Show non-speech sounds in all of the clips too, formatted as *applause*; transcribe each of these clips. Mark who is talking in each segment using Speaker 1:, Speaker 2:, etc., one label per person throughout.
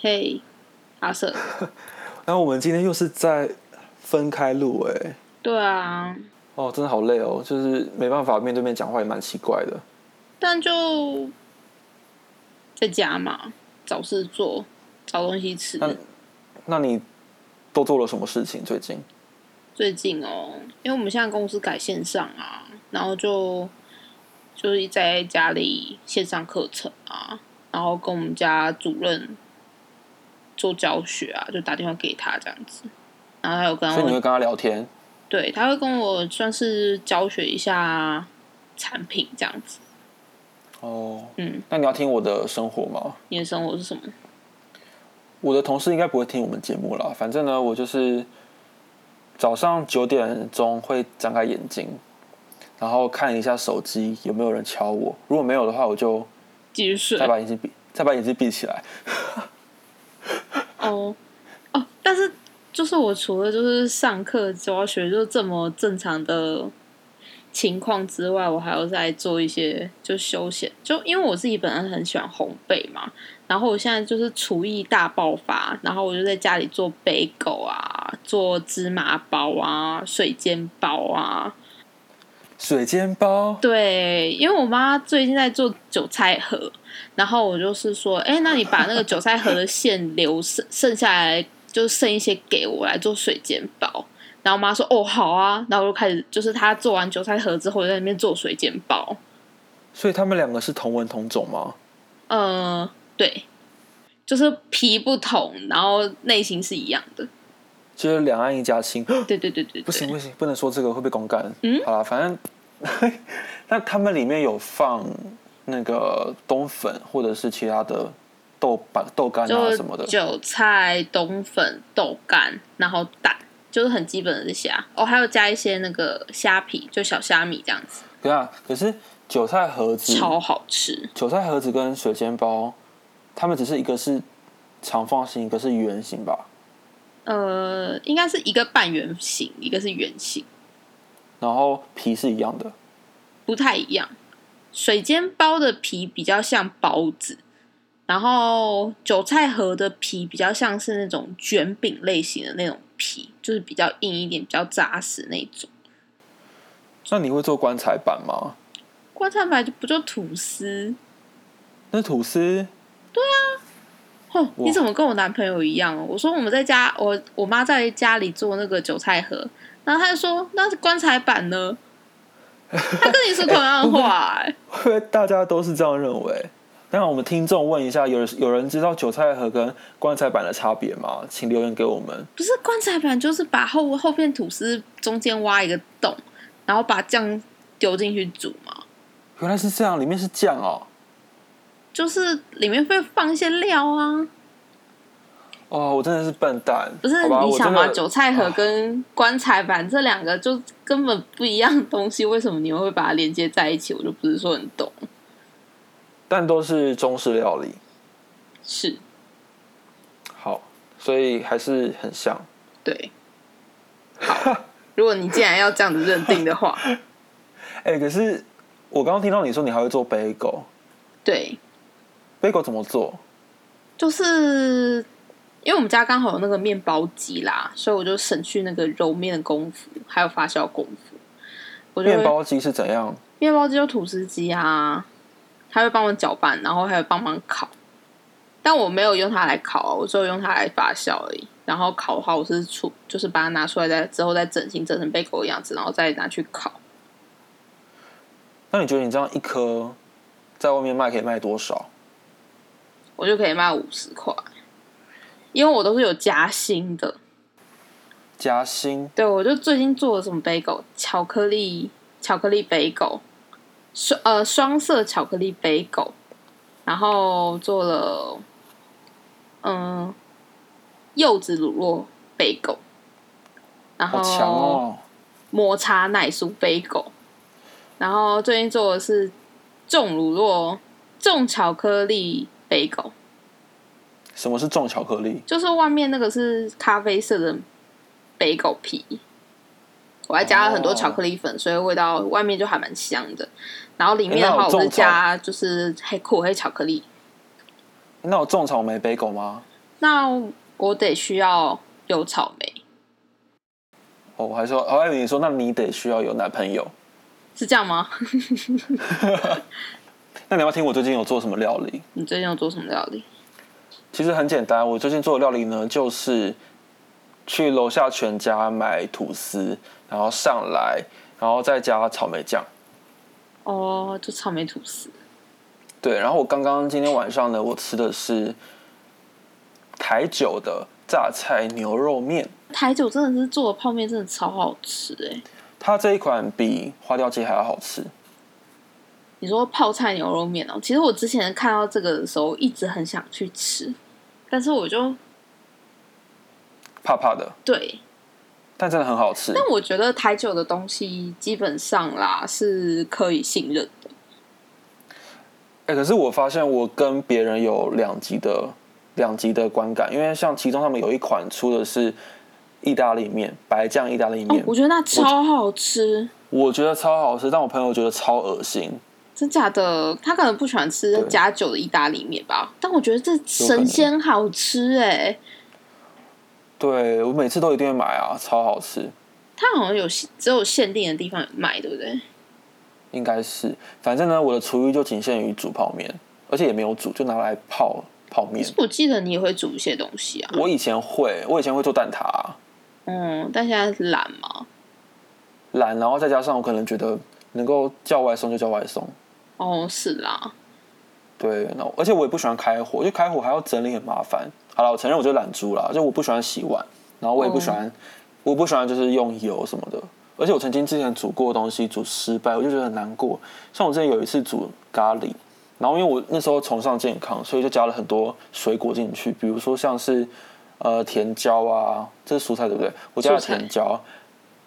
Speaker 1: 嘿，阿瑟，
Speaker 2: 然后我们今天又是在分开录哎、
Speaker 1: 对啊，
Speaker 2: 哦，真的好累哦，就是没办法面对面讲话也蛮奇怪的。
Speaker 1: 但就在家嘛，找事做，找东西吃。
Speaker 2: 那那你都做了什么事情？最近
Speaker 1: 最近哦，因为我们现在公司改线上啊，然后就就是在家里线上课程啊，然后跟我们家主任做教学啊，就打电话给他这样子，然后还有跟
Speaker 2: 所以你会
Speaker 1: 我
Speaker 2: 跟他聊天？
Speaker 1: 对，他会跟我算是教学一下产品这样子。
Speaker 2: 哦，
Speaker 1: 嗯，
Speaker 2: 那你要听我的生活吗？
Speaker 1: 你的生活是什么？
Speaker 2: 我的同事应该不会听我们节目啦。反正呢，我就是早上九点钟会张开眼睛，然后看一下手机有没有人敲我。如果没有的话，我就
Speaker 1: 继续睡
Speaker 2: 再把眼睛闭，再把眼睛闭起来。
Speaker 1: 哦哦，但是就是我除了就是上课教学就这么正常的情况之外，我还要再做一些就休闲，就因为我自己本来很喜欢烘焙嘛，然后我现在就是厨艺大爆发，然后我就在家里做北狗啊，做芝麻包啊，水煎包啊，
Speaker 2: 水煎包，
Speaker 1: 对，因为我妈最近在做韭菜盒，然后我就是说，哎，那你把那个韭菜盒的馅留剩剩下来，就剩一些给我来做水煎包。然后我妈说，哦，好啊。然后我就开始，就是她做完韭菜盒之后，我就在那边做水煎包。
Speaker 2: 所以他们两个是同文同种吗？
Speaker 1: 呃，对，就是皮不同，然后内心是一样的。
Speaker 2: 就是两岸一
Speaker 1: *gasps*
Speaker 2: 家亲。
Speaker 1: 对对对对
Speaker 2: 不行
Speaker 1: 对，
Speaker 2: 不行，不能说这个会被公干。
Speaker 1: 嗯
Speaker 2: 好啦，反正 *laughs* 那他们里面有放那个冬粉或者是其他的豆瓣豆干啊什么
Speaker 1: 就
Speaker 2: 的。
Speaker 1: 韭菜、冬粉、豆干，然后蛋。就是很基本的这些啊，哦，还有加一些那个虾皮，就小虾米这样子。
Speaker 2: 对啊，可是韭菜盒子、
Speaker 1: 超好吃。
Speaker 2: 韭菜盒子跟水煎包，他们只是一个是长方形，一个是圆形吧。
Speaker 1: 呃，应该是一个半圆形，一个是圆形，
Speaker 2: 然后皮是一样的，
Speaker 1: 不太一样。水煎包的皮比较像包子，然后韭菜盒的皮比较像是那种卷饼类型的那种皮，就是比较硬一点、比较扎实那种。
Speaker 2: 那你会做棺材板吗？
Speaker 1: 棺材板就不就吐司？
Speaker 2: 那吐司
Speaker 1: 哦，
Speaker 2: 哇
Speaker 1: 你怎么跟我男朋友一样哦？我说我们在家，我我妈在家里做那个韭菜盒，然后他就说那是棺材板呢。他跟你说同样的话、哎
Speaker 2: 会不会 *laughs* 大家都是这样认为？那我们听众问一下，有人有人知道韭菜盒跟棺材板的差别吗？请留言给我们。
Speaker 1: 不是棺材板，就是把后后片吐司中间挖一个洞，然后把酱丢进去煮嘛。
Speaker 2: 原来是这样，里面是酱哦。
Speaker 1: 就是里面会放一些料啊，
Speaker 2: 哦，我真的是笨蛋。
Speaker 1: 不是
Speaker 2: 好吧
Speaker 1: 你想嘛？
Speaker 2: 我真
Speaker 1: 韭
Speaker 2: 的啊
Speaker 1: 菜盒跟棺材板这两个就根本不一样的东西，为什么你们会把它连接在一起？我就不是说很懂。
Speaker 2: 但都是中式料理，
Speaker 1: 是
Speaker 2: 好，所以还是很像。
Speaker 1: 对，好，
Speaker 2: *laughs*
Speaker 1: 如果你既然要这样子认定的话，
Speaker 2: 哎、可是我刚刚听到你说你还会做 bagel，bagel
Speaker 1: 对，
Speaker 2: 怎么做？
Speaker 1: 就是因为我们家刚好有那个面包机啦，所以我就省去那个揉面的功夫，还有发酵功夫。我就会
Speaker 2: 面包机是怎样？
Speaker 1: 面包机就吐司机啊，他会帮我搅拌，然后还会帮忙烤。但我没有用它来烤，啊我只有用它来发酵而已。然后烤的话，我是出就是把它拿出来再之后再整形整成贝果的样子，然后再拿去烤。
Speaker 2: 那你觉得你这样一颗在外面卖可以卖多少？
Speaker 1: 我就可以卖五十块，因为我都是有夹心的。
Speaker 2: 夹心
Speaker 1: 对，我就最近做了什么杯狗，巧克力巧克力杯狗，双呃双色巧克力杯狗，然后做了嗯柚子乳酪杯狗，然
Speaker 2: 好强
Speaker 1: 后
Speaker 2: 哦！
Speaker 1: 抹茶奶酥杯狗，然后最近做的是重乳酪重巧克力杯狗，
Speaker 2: 什么是重巧克力？
Speaker 1: 就是外面那个是咖啡色的北狗皮，我还加了很多
Speaker 2: 哦
Speaker 1: 巧克力粉，所以味道外面就还蛮香的。然后里面
Speaker 2: 诶那
Speaker 1: 的
Speaker 2: 有
Speaker 1: 话，我
Speaker 2: 种
Speaker 1: 是
Speaker 2: 草
Speaker 1: 加就是黑苦黑巧克力，
Speaker 2: 那有种草莓 bagel 吗？
Speaker 1: 那我得需要有草莓，
Speaker 2: 哦，我还说，我还以为你说，那你得需要有男朋友。
Speaker 1: 是这样吗？ *laughs*
Speaker 2: 那你要不要听我最近有做什么料理？
Speaker 1: 你最近有做什么料理？
Speaker 2: 其实很简单，我最近做的料理呢，就是去楼下全家买吐司，然后上来，然后再加草莓酱。
Speaker 1: 哦，就草莓吐司。
Speaker 2: 对，然后我刚刚今天晚上呢，我吃的是台酒的榨菜牛肉面。
Speaker 1: 台酒真的是做的泡面真的超好吃哎、
Speaker 2: 它这一款比花雕鸡还要好吃。
Speaker 1: 你说泡菜牛肉面哦，其实我之前看到这个的时候一直很想去吃，但是我就
Speaker 2: 怕怕的，
Speaker 1: 对，
Speaker 2: 但真的很好吃。
Speaker 1: 但我觉得台酒的东西基本上啦是可以信任的。
Speaker 2: 哎、可是我发现我跟别人有两极的两极的观感，因为像其中他们有一款出的是意大利面，白酱意大利
Speaker 1: 哦
Speaker 2: 面，，
Speaker 1: 我觉得那超好吃，
Speaker 2: 我觉得超好吃，但我朋友觉得超恶心。
Speaker 1: 真假的？他可能不喜欢吃
Speaker 2: 对
Speaker 1: 加酒的意大利面吧，但我觉得这神仙好吃哎、
Speaker 2: 对我每次都一定会买啊，超好吃，
Speaker 1: 它好像有只有限定的地方有卖，对不对？
Speaker 2: 应该是。反正呢，我的厨艺就仅限于煮泡面，而且也没有煮，就拿来泡泡
Speaker 1: 可
Speaker 2: 面
Speaker 1: 是。我记得你也会煮一些东西啊，
Speaker 2: 我以前会，我以前会做蛋挞啊、
Speaker 1: 嗯，但现在是懒嘛。
Speaker 2: 懒，然后再加上我可能觉得能够叫外送就叫外送。
Speaker 1: 哦，是啦， *laughs*
Speaker 2: 对，那我而且我也不喜欢开火，就开火还要整理，很麻烦。好了，我承认我就懒猪啦，就我不喜欢洗碗，然后我也不喜欢，我不喜欢就是用油什么的。而且我曾经之前煮过的东西煮失败，我就觉得很难过。像我之前有一次煮咖喱，然后因为我那时候崇尚健康，所以就加了很多水果进去，比如说像是呃甜椒啊，这是蔬菜对不对？我加了
Speaker 1: 蔬菜
Speaker 2: 甜椒，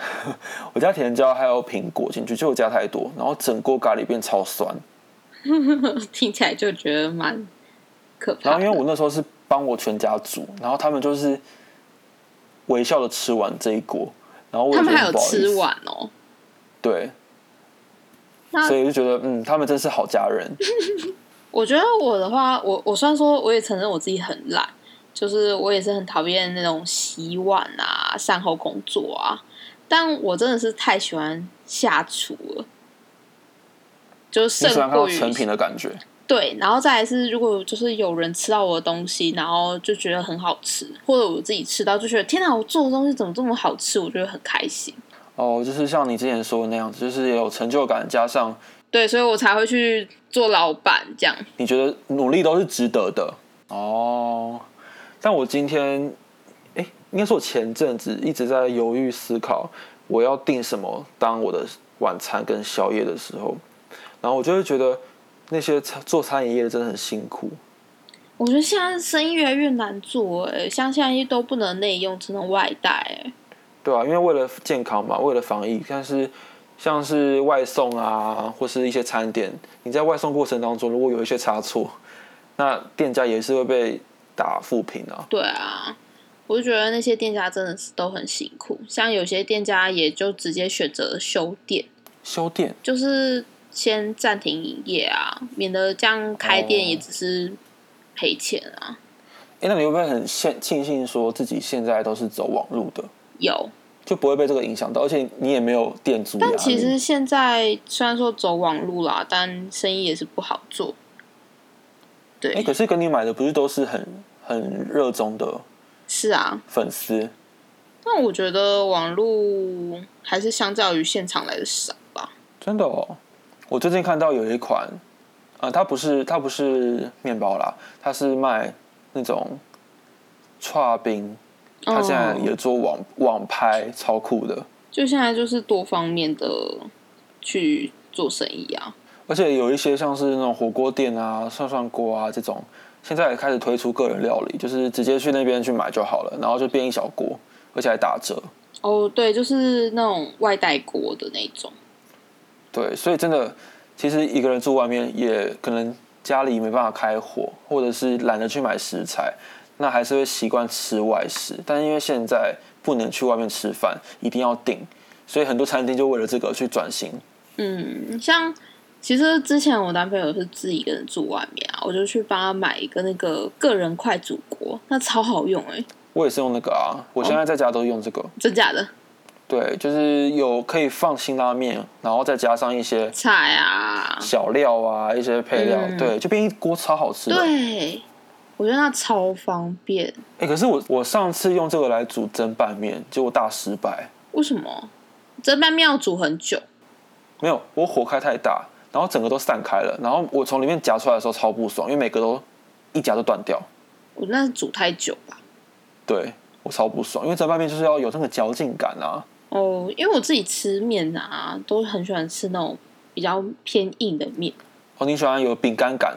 Speaker 2: *laughs* 我加甜椒还有苹果进去，就我加太多，然后整锅咖喱变超酸。
Speaker 1: 听起来就觉得蛮可怕
Speaker 2: 然
Speaker 1: 的。
Speaker 2: 后因为我那时候是帮我全家煮，然后他们就是微笑的吃完这一锅，然后我也
Speaker 1: 他们
Speaker 2: 觉得
Speaker 1: 还有
Speaker 2: 很不好意思
Speaker 1: 吃，完哦，
Speaker 2: 对，
Speaker 1: 那
Speaker 2: 所以就觉得嗯，他们真是好家人。
Speaker 1: 我觉得我的话，我我虽然说我也承认我自己很懒，就是我也是很讨厌那种洗碗啊、善后工作啊，但我真的是太喜欢下厨了，就
Speaker 2: 你喜欢
Speaker 1: 胜
Speaker 2: 看到
Speaker 1: 过于
Speaker 2: 成品的感觉，
Speaker 1: 对，然后再来是，如果就是有人吃到我的东西，然后就觉得很好吃，或者我自己吃到就觉得天哪，我做的东西怎么这么好吃，我觉得很开心。
Speaker 2: 哦，就是像你之前说的那样子，就是也有成就感，加上
Speaker 1: 对，所以我才会去做老板这样。
Speaker 2: 你觉得努力都是值得的哦。但我今天，哎，应该是我前阵子一直在犹豫思考我要订什么当我的晚餐跟宵夜的时候，然后我就会觉得那些餐做餐饮业的真的很辛苦。
Speaker 1: 我觉得现在生意越来越难做、欸，像现在都不能内用，只能外带、欸。
Speaker 2: 对啊，因为为了健康嘛，为了防疫，但是像是外送啊，或是一些餐点，你在外送过程当中，如果有一些差错，那店家也是会被打负评啊。
Speaker 1: 对啊，我就觉得那些店家真的是都很辛苦，像有些店家也就直接选择休店，
Speaker 2: 修店
Speaker 1: 就是先暂停营业啊，免得这样开店
Speaker 2: 哦
Speaker 1: 也只是赔钱啊。
Speaker 2: 哎、那你会不会很庆庆幸说自己现在都是走网路的，
Speaker 1: 有，
Speaker 2: 就不会被这个影响到，而且你也没有店租压力？
Speaker 1: 但其实现在虽然说走网路啦，但生意也是不好做。对，
Speaker 2: 哎、可是跟你买的不是都是很很热衷的
Speaker 1: 是啊，
Speaker 2: 粉丝？
Speaker 1: 那我觉得网路还是相较于现场来的少吧。
Speaker 2: 真的哦，我最近看到有一款，呃，它不是它不是面包啦，它是卖那种串冰，它现
Speaker 1: 哦
Speaker 2: 在也做网、网拍，超酷的。
Speaker 1: 就现在就是多方面的去做生意啊。
Speaker 2: 而且有一些像是那种火锅店啊、涮涮锅啊这种，现在也开始推出个人料理，就是直接去那边去买就好了，然后就变一小锅，而且还打折。
Speaker 1: 哦，对，就是那种外带锅的那种。
Speaker 2: 对，所以真的，其实一个人住外面也可能家里没办法开火，或者是懒得去买食材，那还是会习惯吃外食。但因为现在不能去外面吃饭，一定要订，所以很多餐厅就为了这个去转型。
Speaker 1: 嗯，像其实之前我男朋友是自己一个人住外面啊，我就去帮他买一个那个个人快煮锅，那超好用哎、
Speaker 2: 我也是用那个啊，我现在在家都用这个。
Speaker 1: 真假的？
Speaker 2: 对，就是有可以放辛拉面，然后再加上一些
Speaker 1: 菜啊，
Speaker 2: 小料啊，一些配料，
Speaker 1: 嗯
Speaker 2: 对，就变一锅超好吃的。哎、
Speaker 1: 对，我觉得那超方便。
Speaker 2: 可是我我上次用这个来煮蒸拌面，结果大失败。
Speaker 1: 为什么蒸拌面要煮很久？
Speaker 2: 没有，我火开太大，然后整个都散开了，然后我从里面夹出来的时候超不爽，因为每个都一夹就断掉。
Speaker 1: 我那是煮太久吧？
Speaker 2: 对我超不爽，因为蒸拌面就是要有那个嚼劲感啊。
Speaker 1: 哦，因为我自己吃面啊，都很喜欢吃那种比较偏硬的面，
Speaker 2: 哦，你喜欢有饼干感？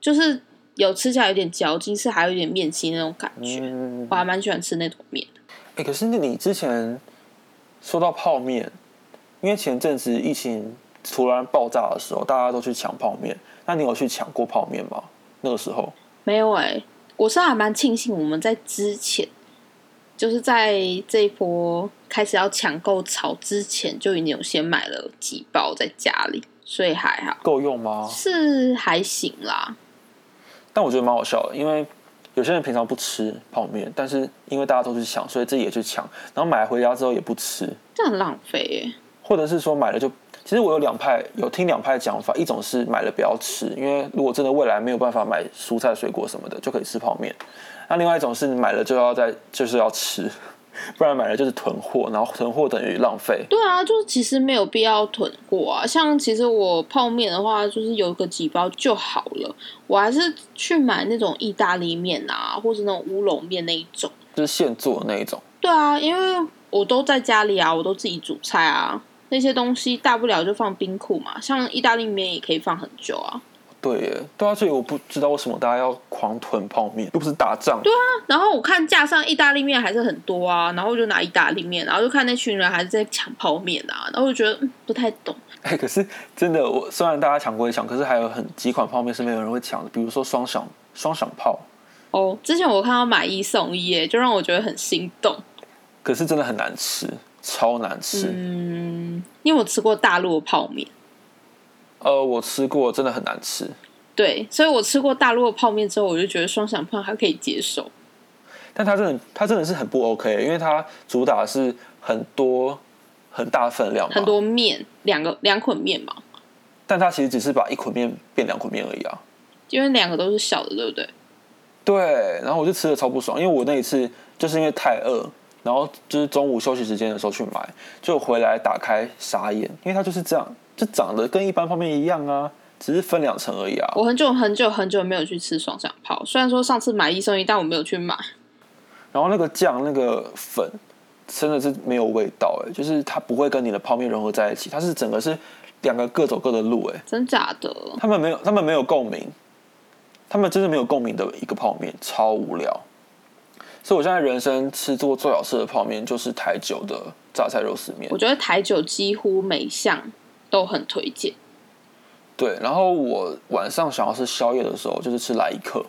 Speaker 1: 就是有吃起来有点嚼劲，是还有点面筋那种感觉。
Speaker 2: 嗯，
Speaker 1: 我还蛮喜欢吃那种面的。
Speaker 2: 哎、可是你之前说到泡面，因为前阵子疫情突然爆炸的时候，大家都去抢泡面，那你有去抢过泡面吗？那个时候，
Speaker 1: 没有哎、我是还蛮庆幸我们在之前，就是在这一波开始要抢购潮之前，就已经有先买了几包在家里，所以还好。
Speaker 2: 够用吗？
Speaker 1: 是还行啦，
Speaker 2: 但我觉得蛮好笑的，因为有些人平常不吃泡面，但是因为大家都去抢，所以自己也去抢，然后买回家之后也不吃，
Speaker 1: 这很浪费欸耶。
Speaker 2: 或者是说买了就……其实我有两派，有听两派讲法，一种是买了不要吃，因为如果真的未来没有办法买蔬菜水果什么的，就可以吃泡面。那另外一种是买了就要在就是要吃，不然买了就是囤货，然后囤货等于浪费。
Speaker 1: 对啊，就是其实没有必要囤货啊。像其实我泡面的话，就是有个几包就好了。我还是去买那种意大利面啊，或是那种乌龙面那一种。
Speaker 2: 就是现做的那一种，
Speaker 1: 对啊，因为我都在家里啊，我都自己煮菜啊，那些东西大不了就放冰库嘛。像意大利面也可以放很久啊。
Speaker 2: 对耶，对啊，所以我不知道为什么大家要狂囤泡面，又不是打仗，
Speaker 1: 然后我看架上意大利面还是很多啊，然后我就拿意大利面，然后就看那群人还是在抢泡面啊，然后我就觉得、嗯、不太懂。
Speaker 2: *laughs* 哎、可是真的，我虽然大家抢过一抢，可是还有很几款泡面是没有人会抢的，比如说双响双响炮，
Speaker 1: 哦，之前我看到买一送一，耶，就让我觉得很心动。
Speaker 2: 可是真的很难吃，超难吃。
Speaker 1: 嗯，因为我吃过大陆的泡面，
Speaker 2: 呃，我吃过，真的很难吃。
Speaker 1: 对，所以我吃过大陆的泡面之后，我就觉得双响炮还可以接受。
Speaker 2: 但它真的，它真的是很不 OK，因为欸它主打是很多很大分量嘛，
Speaker 1: 很多面，两个两捆面嘛，
Speaker 2: 但它其实只是把一捆面变两捆面而已啊。
Speaker 1: 因为两个都是小的，对不对？
Speaker 2: 对，然后我就吃的超不爽，因为我那一次就是因为太饿，然后就是中午休息时间的时候去买，就回来打开傻眼，因为它就是这样，就长得跟一般泡面一样啊，只是分两层而已啊。
Speaker 1: 我很久很久很久没有去吃双响炮，虽然说上次买一送一，但我没有去买。
Speaker 2: 然后那个酱那个粉真的是没有味道哎、就是它不会跟你的泡面融合在一起，它是整个是两个各走各的路哎、
Speaker 1: 真假的？
Speaker 2: 他们没有他们没有共鸣，他们真的没有共鸣的一个泡面，超无聊。所以我现在人生吃过最好吃的泡面就是台酒的榨菜肉丝面
Speaker 1: 我，觉得台酒几乎每项都很推荐。
Speaker 2: 对。然后我晚上想要吃宵夜的时候，就是吃来一客，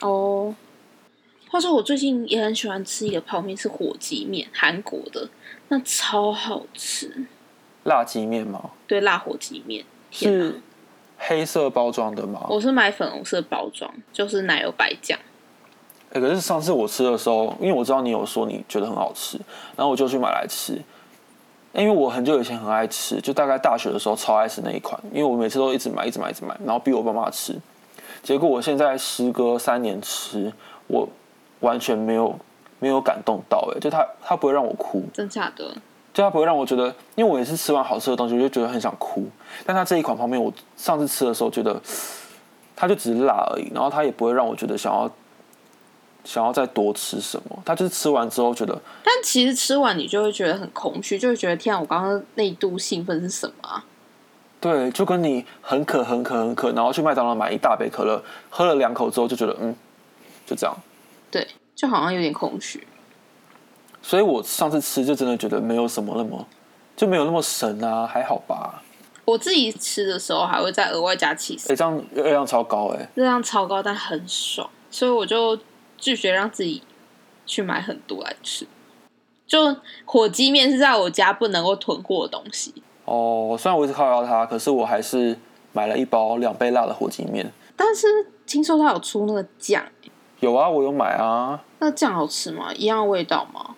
Speaker 1: 哦，话说我最近也很喜欢吃一个泡面，是火鸡面，韩国的，那超好吃。
Speaker 2: 辣鸡面吗？
Speaker 1: 对，辣火鸡面，天哪！
Speaker 2: 是黑色包装的吗？
Speaker 1: 我是买粉红色包装，就是奶油白酱。
Speaker 2: 欸，可是上次我吃的时候，因为我知道你有说你觉得很好吃，然后我就去买来吃。欸因为我很久以前很爱吃，就大概大学的时候超爱吃那一款，因为我每次都一直买，一直买，一直买，然后逼我爸妈吃。结果我现在时隔三年吃，我完全没有没有感动到、欸，哎，就它它不会让我哭，
Speaker 1: 真假的？
Speaker 2: 就它不会让我觉得，因为我每次吃完好吃的东西，我就觉得很想哭。但它这一款泡面，我上次吃的时候觉得，它就只是辣而已，然后它也不会让我觉得想要想要再多吃什么。它就是吃完之后觉得，
Speaker 1: 但其实吃完你就会觉得很空虚，就会觉得天啊，我刚刚那一度兴奋是什么啊？
Speaker 2: 对，就跟你很渴很渴很渴，然后去麦当劳买一大杯可乐，喝了两口之后就觉得，嗯，就这样。
Speaker 1: 对，就好像有点空虚。
Speaker 2: 所以我上次吃就真的觉得没有什么那么就没有那么神啊，还好吧。
Speaker 1: 我自己吃的时候还会再额外加起司
Speaker 2: 哎、，这样热量超高哎、
Speaker 1: 热量超高，但很爽，所以我就拒绝让自己去买很多来吃。就火鸡面是在我家不能够囤货的东西，
Speaker 2: 哦，虽然我一直靠邀它，可是我还是买了一包两倍辣的火鸡面。
Speaker 1: 但是听说它有出那个酱，
Speaker 2: 有啊，我有买啊，
Speaker 1: 那酱好吃吗？一样的味道吗？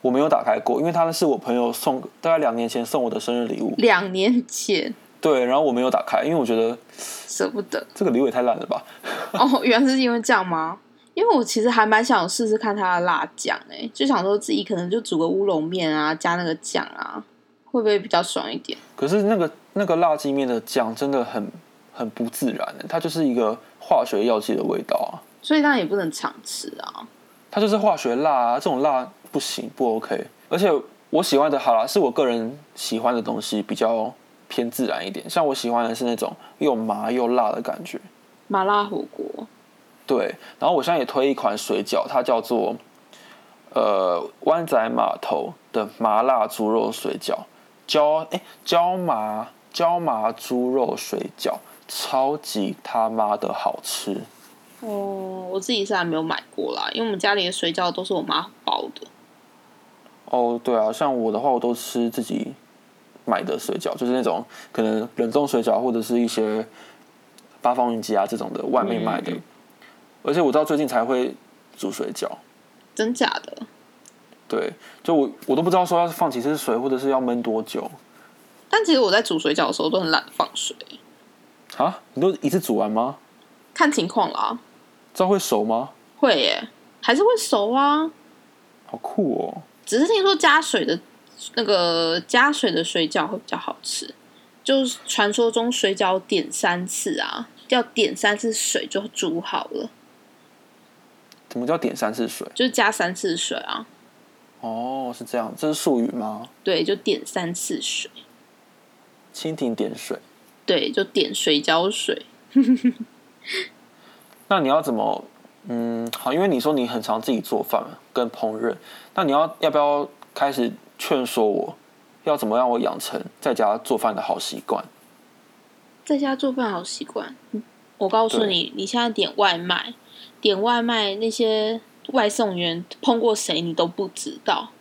Speaker 2: 我没有打开过，因为它是我朋友送，大概两年前送我的生日礼物。
Speaker 1: 两年前
Speaker 2: 对，然后我没有打开，因为我觉得
Speaker 1: 舍不得
Speaker 2: 这个礼物也太烂了吧。
Speaker 1: *laughs* 哦，原来是因为酱吗？因为我其实还蛮想试试看它的辣酱诶、就想说自己可能就煮个乌龙面啊，加那个酱啊，会不会比较爽一点？
Speaker 2: 可是那个那个辣鸡面的酱真的很很不自然，它就是一个化学药剂的味道啊，
Speaker 1: 所以当然也不能常吃啊。
Speaker 2: 它就是化学辣啊，这种辣不行，不 OK。而且我喜欢的好啦，是我个人喜欢的东西比较偏自然一点，像我喜欢的是那种又麻又辣的感觉。
Speaker 1: 麻辣火锅，
Speaker 2: 对，然后我现在也推一款水饺，它叫做呃湾仔码头的麻辣猪肉水饺，椒哎椒麻椒麻猪肉水饺，超级他妈的好吃。
Speaker 1: 哦，我自己是还没有买过啦，因为我们家里的水饺都是我妈包的。
Speaker 2: 哦，对啊，像我的话，我都吃自己买的水饺，就是那种可能冷冻水饺或者是一些八方云集啊这种的外面买的，而且我到最近才会煮水饺。
Speaker 1: 真假的？
Speaker 2: 对，就我我都不知道说要放几次水，或者是要焖多久
Speaker 1: 但其实我在煮水饺的时候都很懒得放水，
Speaker 2: 啊？你都一次煮完吗？
Speaker 1: 看情况啦。
Speaker 2: 这样会熟吗？
Speaker 1: 会耶、还是会熟啊。
Speaker 2: 好酷哦！
Speaker 1: 只是听说加水的那个加水的水饺会比较好吃，就是传说中水饺点三次啊，要点三次水就煮好了，
Speaker 2: 怎么叫点三次水？
Speaker 1: 就是加三次水啊。
Speaker 2: 哦，是这样，这是术语吗？
Speaker 1: 对，就点三次水，
Speaker 2: 蜻蜓点水。
Speaker 1: 对，就点水饺水。
Speaker 2: 那你要怎么？嗯，好，因为你说你很常自己做饭跟烹饪，那你要要不要开始劝说我，要怎么让我养成在家做饭的好习惯？
Speaker 1: 在家做饭好习惯。我告诉
Speaker 2: 对
Speaker 1: 你，你现在点外卖，点外卖那些外送员碰过谁你都不知道，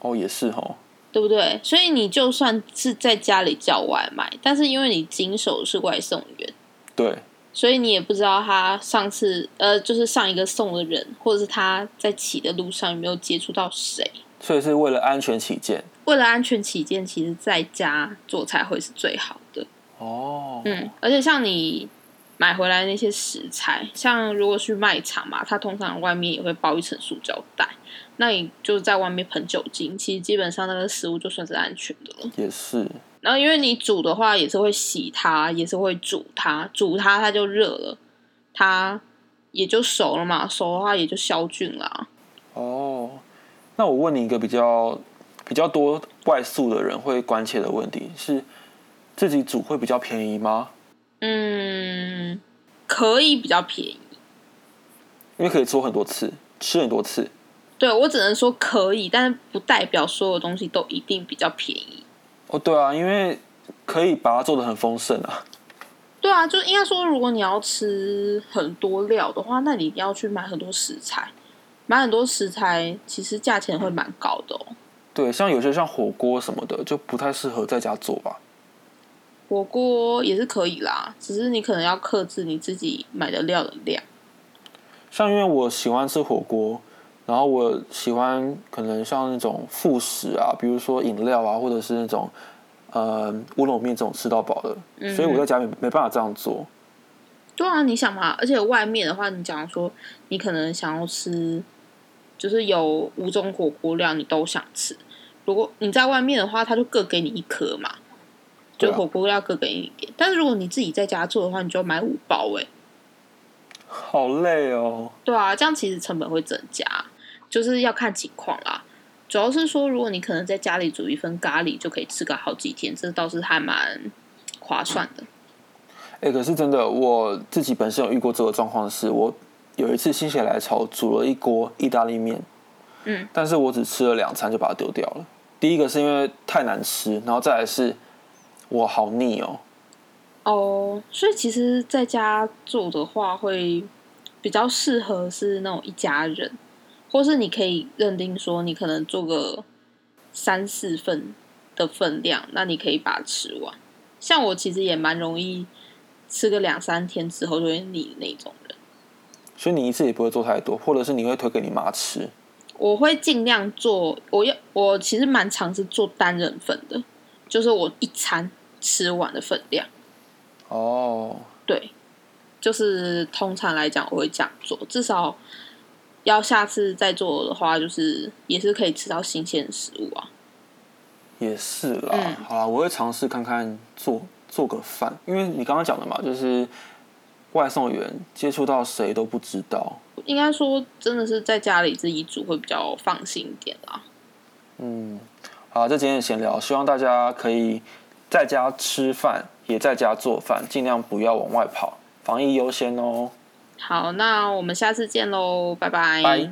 Speaker 2: 哦，也是哦，
Speaker 1: 对不对？所以你就算是在家里叫外卖，但是因为你经手是外送员，
Speaker 2: 对，
Speaker 1: 所以你也不知道他上次呃，就是上一个送的人，或者是他在骑的路上有没有接触到谁。
Speaker 2: 所以是为了安全起见。
Speaker 1: 为了安全起见，其实在家做菜会是最好的。
Speaker 2: 哦，
Speaker 1: 嗯，而且像你买回来那些食材，像如果去卖场嘛，它通常外面也会包一层塑胶袋，那你就在外面喷酒精，其实基本上那个食物就算是安全的了。
Speaker 2: 也是。
Speaker 1: 然后因为你煮的话也是会洗它，也是会煮它，煮它它就热了，它也就熟了嘛，熟的话也就消菌啊啦。
Speaker 2: 哦，那我问你一个比较比较多外宿的人会关切的问题是，自己煮会比较便宜吗？
Speaker 1: 嗯，可以比较便宜。
Speaker 2: 因为可以做很多次，吃很多次。
Speaker 1: 对我只能说可以，但是不代表所有东西都一定比较便宜。
Speaker 2: 哦，对啊，因为可以把它做的很丰盛啊。
Speaker 1: 对啊，就应该说，如果你要吃很多料的话，那你一定要去买很多食材，买很多食材，其实价钱会蛮高的哦。
Speaker 2: 对，像有些像火锅什么的，就不太适合在家做吧。
Speaker 1: 火锅也是可以啦，只是你可能要克制你自己买的料的量。
Speaker 2: 像因为我喜欢吃火锅，然后我喜欢可能像那种副食啊，比如说饮料啊，或者是那种呃乌龙面这种吃到饱的，所以我在家没没办法这样做。
Speaker 1: 对啊，你想嘛，而且外面的话，你假如说你可能想要吃，就是有五种火锅料你都想吃，如果你在外面的话，他就各给你一颗嘛，
Speaker 2: 对
Speaker 1: 就
Speaker 2: 啊
Speaker 1: 火锅料各给你一点。但是如果你自己在家做的话，你就要买五包哎、
Speaker 2: 好累哦。
Speaker 1: 对啊，这样其实成本会增加，就是要看情况啦。主要是说，如果你可能在家里煮一份咖喱，就可以吃个好几天，这倒是还蛮划算的。
Speaker 2: 哎、可是真的，我自己本身有遇过这个状况，是我有一次心血来潮煮了一锅意大利面，
Speaker 1: 嗯，
Speaker 2: 但是我只吃了两餐就把它丢掉了。第一个是因为太难吃，然后再来是我好腻哦。
Speaker 1: 哦，所以其实在家做的话，会比较适合是那种一家人，或是你可以认定说，你可能做个三四份的分量，那你可以把它吃完。像我其实也蛮容易吃个两三天之后就会腻的那种人。
Speaker 2: 所以你一次也不会做太多，或者是你会推给你妈吃。
Speaker 1: 我会尽量做，我要我其实蛮尝试做单人份的，就是我一餐吃完的分量。
Speaker 2: 哦，
Speaker 1: 对，就是通常来讲我会这样做，至少要下次再做的话，就是也是可以吃到新鲜的食物啊。
Speaker 2: 也是啦。
Speaker 1: 嗯
Speaker 2: 好啦，我会尝试看看做做个饭，因为你刚刚讲的嘛，就是外送员接触到谁都不知道。
Speaker 1: 应该说真的是在家里自己煮会比较放心一点啦。
Speaker 2: 嗯，好，这今天的闲聊，希望大家可以在家吃饭，也在家做饭，尽量不要往外跑，防疫优先哦。
Speaker 1: 好，那我们下次见喽，拜拜
Speaker 2: 拜